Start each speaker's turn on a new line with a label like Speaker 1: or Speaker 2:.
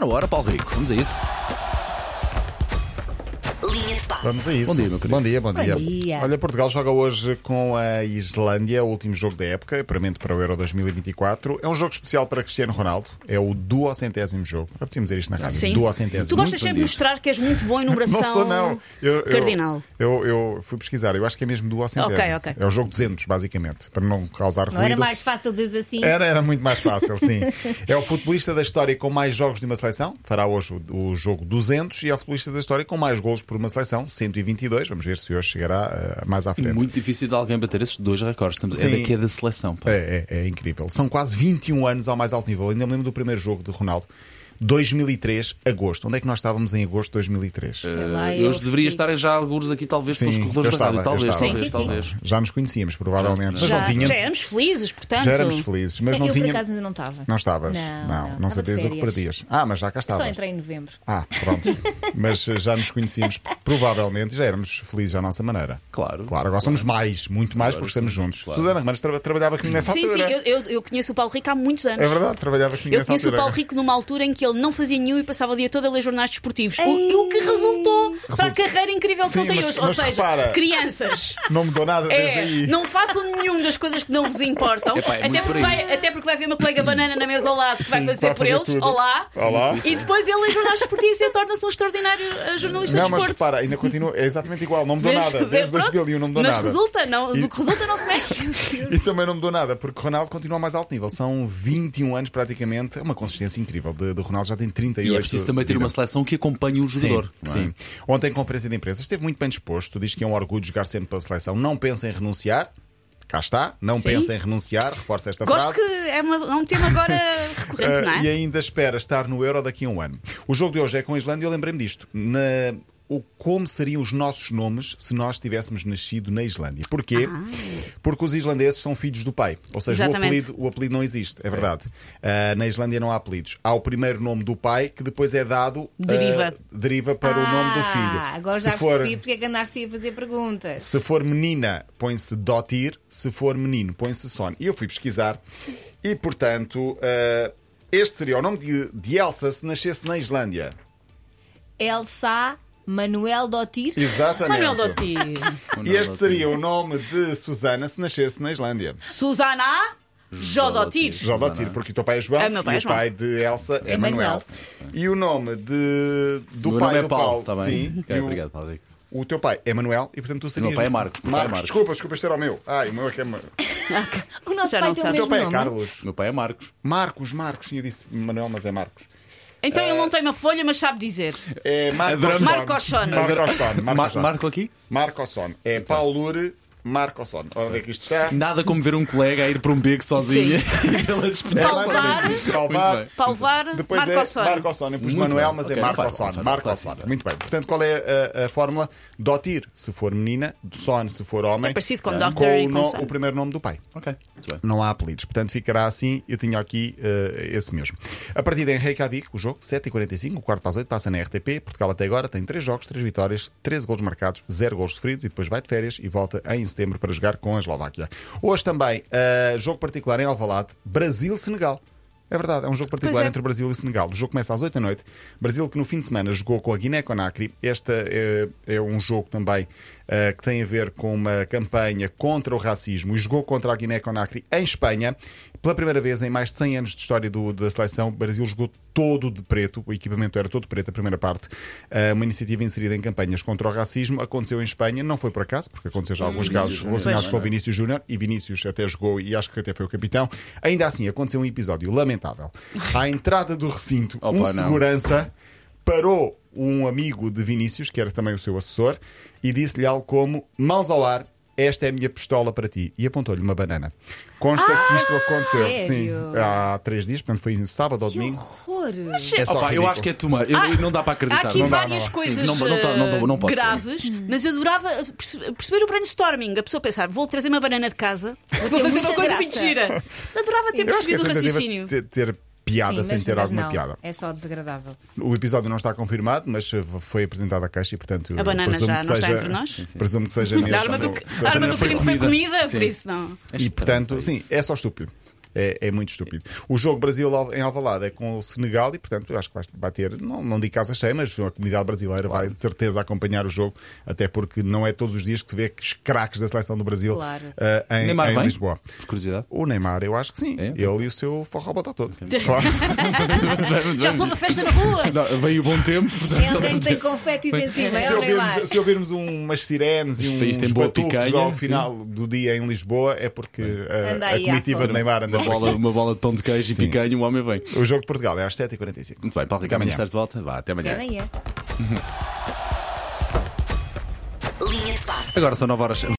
Speaker 1: na hora, Paulo Rico. Vamos a isso.
Speaker 2: Linha de passe.
Speaker 3: Vamos a isso.
Speaker 1: Bom dia, meu querido.
Speaker 3: Bom dia, bom dia.
Speaker 4: dia.
Speaker 3: Olha, Portugal joga hoje com a Islândia, o último jogo da época, apuramento para o Euro 2024. É um jogo especial para Cristiano Ronaldo. É o duocentésimo jogo. Podemos dizer isto na rádio.
Speaker 4: Sim.
Speaker 3: Duocentésimo.
Speaker 4: Tu gostas
Speaker 1: Muito
Speaker 4: sempre de
Speaker 1: bem
Speaker 4: mostrar que és muito bom em numeração
Speaker 3: Não sou, não. Eu, eu-
Speaker 4: cardinal.
Speaker 3: Eu, eu fui pesquisar. Eu acho que é mesmo duocentésimo.
Speaker 4: Ok, ok.
Speaker 3: É o jogo 200, basicamente, para não causar
Speaker 5: Não era
Speaker 3: ruído.
Speaker 5: mais fácil dizer assim?
Speaker 3: Era, era muito mais fácil, sim. é o futebolista da história com mais jogos de uma seleção, fará hoje o, o jogo 200, e é o futebolista da história com mais golos por uma seleção, 122. Vamos ver se hoje chegará eh, mais à
Speaker 1: E
Speaker 3: frente.
Speaker 1: É Muito difícil de alguém bater esses dois recordes. Estamos... É
Speaker 3: Sim.
Speaker 1: daqui é da seleção. Pá.
Speaker 3: É, é, é incrível. São quase 21 anos ao mais alto nível. Ainda me lembro do primeiro jogo de Ronaldo. 2003, agosto. Onde é que nós estávamos em agosto de 2003?
Speaker 5: Sei lá,
Speaker 1: Eh,
Speaker 5: é
Speaker 1: eu
Speaker 5: eu
Speaker 1: deveria
Speaker 5: fiquei-
Speaker 1: estar já alguns aqui, talvez, pelos
Speaker 3: Sim,
Speaker 1: corredores
Speaker 3: eu
Speaker 1: da rádio.
Speaker 3: estava, eu
Speaker 1: Talvez,
Speaker 3: estava.
Speaker 1: talvez,
Speaker 5: Sim, sim, sim.
Speaker 1: talvez.
Speaker 3: Já nos conhecíamos, provavelmente. mas não
Speaker 4: Já,
Speaker 3: tínhamos.
Speaker 4: já éramos felizes, portanto.
Speaker 3: já éramos felizes, mas
Speaker 5: É eu
Speaker 3: não
Speaker 5: por
Speaker 3: tínhamos.
Speaker 5: acaso ainda não estava.
Speaker 3: Não estavas?
Speaker 5: Não,
Speaker 3: não,
Speaker 5: não.
Speaker 3: não
Speaker 5: Estava de
Speaker 3: sabias o que
Speaker 5: férias.
Speaker 3: perdias. Ah, mas já cá estavas.
Speaker 5: Só entrei em novembro.
Speaker 3: Ah, pronto. Mas eh, já nos conhecíamos, provavelmente, já éramos felizes à nossa maneira.
Speaker 1: Claro.
Speaker 3: Claro, agora somos mais, muito mais,
Speaker 1: Agora
Speaker 3: porque estamos
Speaker 1: somos,
Speaker 3: juntos.
Speaker 1: claro.
Speaker 3: Suzana Remanes tra- trabalhava comigo nessa
Speaker 4: Sim, sim,
Speaker 3: altura.
Speaker 4: eu, eu, eu conheço o Paulo Rico há muitos anos.
Speaker 3: É verdade, trabalhava comigo
Speaker 4: Eu
Speaker 3: nessa
Speaker 4: conheço o
Speaker 3: altura.
Speaker 4: Paulo Rico numa altura em que ele não fazia nenhum e passava o dia todo a ler jornais desportivos. O, o que resultou para a carreira incrível que
Speaker 3: Sim,
Speaker 4: ele tem
Speaker 3: mas-
Speaker 4: hoje. Ou
Speaker 3: mas
Speaker 4: seja,
Speaker 3: repara.
Speaker 4: crianças.
Speaker 3: Não mudou nada desde
Speaker 4: É,
Speaker 3: aí.
Speaker 4: não façam nenhum das coisas que não vos importam.
Speaker 1: Epá, é
Speaker 4: até,
Speaker 1: muito
Speaker 4: porque
Speaker 1: por aí.
Speaker 4: vai, até porque vai haver uma colega banana na mesa ao lado que vai
Speaker 3: Sim,
Speaker 4: fazer
Speaker 3: vai
Speaker 4: por
Speaker 3: fazer
Speaker 4: eles.
Speaker 3: tudo.
Speaker 4: Olá.
Speaker 3: Olá.
Speaker 4: E depois ele lê jornais esportivos e torna-se um extraordinário eh, jornalista
Speaker 3: Não,
Speaker 4: de
Speaker 3: mas
Speaker 4: desporto.
Speaker 3: repara, ainda continua, é exatamente igual, não mudou
Speaker 4: Vês-
Speaker 3: nada.
Speaker 4: vês, É,
Speaker 3: Desde
Speaker 4: pronto.
Speaker 3: 2001 não mudou
Speaker 4: mas
Speaker 3: nada.
Speaker 4: resulta, não,
Speaker 3: E-
Speaker 4: do que resulta não se mexe.
Speaker 3: E também não mudou nada, porque Ronaldo continua ao mais alto nível. São 21 anos praticamente, é uma consistência incrível. De, de Ronaldo já tem 38
Speaker 1: E é preciso também ter
Speaker 3: de vida.
Speaker 1: uma seleção que acompanhe o
Speaker 3: Sim,
Speaker 1: jogador. não é?
Speaker 3: sim. Ontem, em conferência de imprensa, esteve muito bem disposto. Diz que é um orgulho jogar sempre pela seleção. Não pensa em renunciar. Cá está. Não
Speaker 4: Sim.
Speaker 3: pensa em renunciar. Reforça esta
Speaker 4: Gosto
Speaker 3: frase.
Speaker 4: que é, uma- é um tema agora recorrente,
Speaker 3: Eh,
Speaker 4: não é?
Speaker 3: E ainda espera estar no Euro daqui a um ano. O jogo de hoje é com a Islândia. Eu lembrei-me disto. Na- O, como seriam os nossos nomes se nós tivéssemos nascido na Islândia? Porquê? Porque os islandeses são filhos do pai. Ou seja, o
Speaker 4: Exatamente.
Speaker 3: apelido, o apelido não existe, é verdade. Ah, na Islândia não há apelidos. Há o primeiro nome do pai que depois é dado. ah,
Speaker 4: Deriva.
Speaker 3: deriva para o nome do filho.
Speaker 5: Ah, agora
Speaker 3: se
Speaker 5: já
Speaker 3: for,
Speaker 5: percebi porque é que andaste aí a fazer perguntas.
Speaker 3: se for menina, põe-se Dotir, se for menino, põe-se Son. E eu fui pesquisar e, portanto, eh, este seria o nome de, de Elsa se nascesse na Islândia.
Speaker 5: Elsa Manuel Dotir.
Speaker 3: Exatamente.
Speaker 4: Manuel Dotti.
Speaker 3: E este seria o nome de Susana se nascesse na Islândia.
Speaker 4: Susana Jodotir.
Speaker 3: João Dotir, porque o teu pai é João
Speaker 4: É, meu pai
Speaker 3: e
Speaker 4: é
Speaker 3: o
Speaker 4: João.
Speaker 3: pai de Elsa é,
Speaker 5: É
Speaker 3: Manuel.
Speaker 5: Manuel.
Speaker 3: E o nome de, do
Speaker 1: O meu
Speaker 3: pai
Speaker 1: nome é
Speaker 3: do
Speaker 1: Paulo,
Speaker 3: Paulo,
Speaker 1: está
Speaker 3: sim,
Speaker 1: bem. Ok,
Speaker 3: e o-
Speaker 1: Obrigado, Paulo Rico.
Speaker 3: O teu pai é Manuel e portanto tu serias.
Speaker 1: meu pai é Marcos, porque o pai é
Speaker 3: Marcos.
Speaker 1: Marcos.
Speaker 3: Desculpa, desculpa, este era o meu. Ai, o meu é que é. Ma-
Speaker 5: O nosso
Speaker 4: Já
Speaker 5: pai
Speaker 4: não
Speaker 5: tem o
Speaker 4: sabe.
Speaker 3: O teu
Speaker 5: mesmo
Speaker 3: pai é
Speaker 5: nome.
Speaker 3: Carlos.
Speaker 1: O meu pai é Marcos.
Speaker 3: Marcos, Marcos, sim, eu disse Manuel, mas é Marcos.
Speaker 4: Então
Speaker 3: Eh,
Speaker 4: ele não tem uma folha, mas sabe dizer.
Speaker 3: É Marcos
Speaker 1: Adoramos-
Speaker 3: Marcosson.
Speaker 4: Marcosson.
Speaker 1: Mar- Então.
Speaker 3: Marcosson.
Speaker 1: Marco aqui?
Speaker 3: Marcosson. É Paulure Marcosson. Onde é que isto está?
Speaker 1: Nada como ver um colega a ir para um beco sozinho pela
Speaker 3: É
Speaker 1: despedida.
Speaker 4: Paulo Salvar.
Speaker 3: Marcosson. Salvar.
Speaker 1: Muito bem.
Speaker 4: Palvar,
Speaker 3: Depois
Speaker 4: Marcosson.
Speaker 3: é Marcosson. Eu pus
Speaker 1: Muito
Speaker 3: Manuel,
Speaker 1: bem.
Speaker 3: mas
Speaker 1: Ok,
Speaker 3: é
Speaker 1: não faz
Speaker 3: Marcosson.
Speaker 1: mal, não faz mal,
Speaker 3: Marcosson.
Speaker 1: não faz mal.
Speaker 3: Muito bem. Portanto, qual é a, a fórmula? Dotir, se for menina. Son, se for homem.
Speaker 4: É parecido com
Speaker 3: o
Speaker 4: Doctor e com
Speaker 3: no-
Speaker 4: Son.
Speaker 3: o primeiro nome do pai.
Speaker 1: Ok, muito bem.
Speaker 3: Não há apelidos. Portanto, ficará assim. Eu tinha aqui eh, esse mesmo. A partida em Reykjavik, o jogo, 7h45, o quarto para as 8, passa na RTP. Portugal até agora tem 3 jogos, 3 vitórias, 13 golos marcados, 0 golos sofridos e depois vai de férias e volta em setembro para jogar com a Eslováquia. Hoje também, eh, jogo particular em Alvalade, Brasil-Senegal. É verdade, é um jogo particular
Speaker 4: é.
Speaker 3: entre Brasil e Senegal. O jogo começa às 8 da noite. Brasil, que no fim de semana jogou com a Guiné-Conakry. Este eh, é, um jogo também eh, que tem a ver com uma campanha contra o racismo e jogou contra a Guiné-Conakry em Espanha. Pela primeira vez em mais de 100 anos de história do- da seleção, o Brasil jogou todo de preto. O equipamento era todo preto, a primeira parte. Eh, uma iniciativa inserida em campanhas contra o racismo. Aconteceu em Espanha, não foi por acaso, porque aconteceu já alguns casos
Speaker 1: Júnior,
Speaker 3: relacionados
Speaker 1: pois.
Speaker 3: com o Vinícius Júnior e Vinícius até jogou e acho que até foi o capitão. Ainda assim, aconteceu um episódio lamentável. À entrada do recinto,
Speaker 1: Opa,
Speaker 3: um
Speaker 1: não.
Speaker 3: segurança parou um amigo de Vinícius, que era também o seu assessor, e disse-lhe algo como: mãos ao ar. Esta é a minha pistola para ti. E apontou-lhe uma banana. Consta que isto aconteceu sim,
Speaker 5: Ah, sério?
Speaker 3: há três dias, portanto foi sábado ou
Speaker 5: Que
Speaker 3: domingo.
Speaker 5: horror.
Speaker 3: É só
Speaker 1: Opa, eu
Speaker 3: ridículo.
Speaker 1: acho que é tu, Eu,
Speaker 4: Ah,
Speaker 1: eu- não dá para acreditar.
Speaker 4: Há aqui
Speaker 1: não dá,
Speaker 4: várias
Speaker 1: não dá. Sim,
Speaker 4: coisas eh,
Speaker 1: não, não, tá- não, não- não pode ser.
Speaker 4: graves, mas eu adorava perce- perceber o brainstorming. A pessoa pensar, vou trazer uma banana de casa, vou
Speaker 5: ter
Speaker 4: fazer
Speaker 5: muita
Speaker 4: uma coisa
Speaker 5: graça.
Speaker 4: muito gira. Adorava ter
Speaker 1: é
Speaker 3: Eu acho que a
Speaker 4: percebido o
Speaker 3: tentativa de
Speaker 4: raciocínio.
Speaker 3: ter, ter piada
Speaker 5: Sim,
Speaker 3: sem
Speaker 5: mas,
Speaker 3: ter
Speaker 5: mas
Speaker 3: alguma
Speaker 5: não.
Speaker 3: piada.
Speaker 5: É só desagradável.
Speaker 3: O episódio não está confirmado, mas eh, foi apresentado à caixa e, portanto, eu
Speaker 4: banana
Speaker 3: presumo
Speaker 4: já
Speaker 3: que
Speaker 4: não está
Speaker 3: seja,
Speaker 4: entre nós? Sim,
Speaker 3: Presumo que seja
Speaker 4: A
Speaker 3: mesmo.
Speaker 4: arma do,
Speaker 3: Seja-
Speaker 4: a arma
Speaker 1: banana
Speaker 4: do
Speaker 1: foi
Speaker 4: ah, crime foi
Speaker 1: é comida.
Speaker 4: comida,
Speaker 1: Sim.
Speaker 4: por isso
Speaker 1: É
Speaker 4: não.
Speaker 3: E,
Speaker 1: estranho,
Speaker 3: portanto,
Speaker 1: é
Speaker 3: sim,
Speaker 1: isso.
Speaker 3: é só estúpido. É, é muito estúpido. O jogo Brasil al- em Alvalade é com o Senegal e, portanto, eu acho que vai- vai ter, não, não digo casa cheia, mas a comunidade brasileira vai de certeza acompanhar o jogo, até porque não é todos os dias que se vê que os craques da seleção do Brasil
Speaker 5: Claro.
Speaker 3: ah, em,
Speaker 1: Neymar
Speaker 3: em
Speaker 1: vem?
Speaker 3: Lisboa.
Speaker 1: Por curiosidade.
Speaker 3: O Neymar, eu acho que sim.
Speaker 1: É?
Speaker 3: Ele e o seu forró botó todo. Claro.
Speaker 4: Já soube a festa na rua!
Speaker 1: Não, veio o bom tempo. portanto,
Speaker 5: É alguém que tem confetes em cima, é
Speaker 3: se,
Speaker 5: o Neymar.
Speaker 3: ouvirmos, se ouvirmos umas sirenes e
Speaker 1: Isto- isto
Speaker 3: uns
Speaker 1: tem boa
Speaker 3: batucos
Speaker 1: picanha,
Speaker 3: ao
Speaker 1: sim.
Speaker 3: final do dia em Lisboa é porque uh,
Speaker 5: Anda
Speaker 3: a
Speaker 5: aí à
Speaker 3: comitiva
Speaker 5: solta.
Speaker 3: de Neymar anda
Speaker 1: Uma bola, uma bola de pão de queijo e picanha, o homem vem.
Speaker 3: O jogo de Portugal é às 7h45.
Speaker 1: Muito bem, Paulo Ricardo, amanhã estás de volta. Vá, até
Speaker 5: Até
Speaker 1: amanhã.
Speaker 5: amanhã.
Speaker 2: Linha de passe.
Speaker 1: Agora são 9 horas.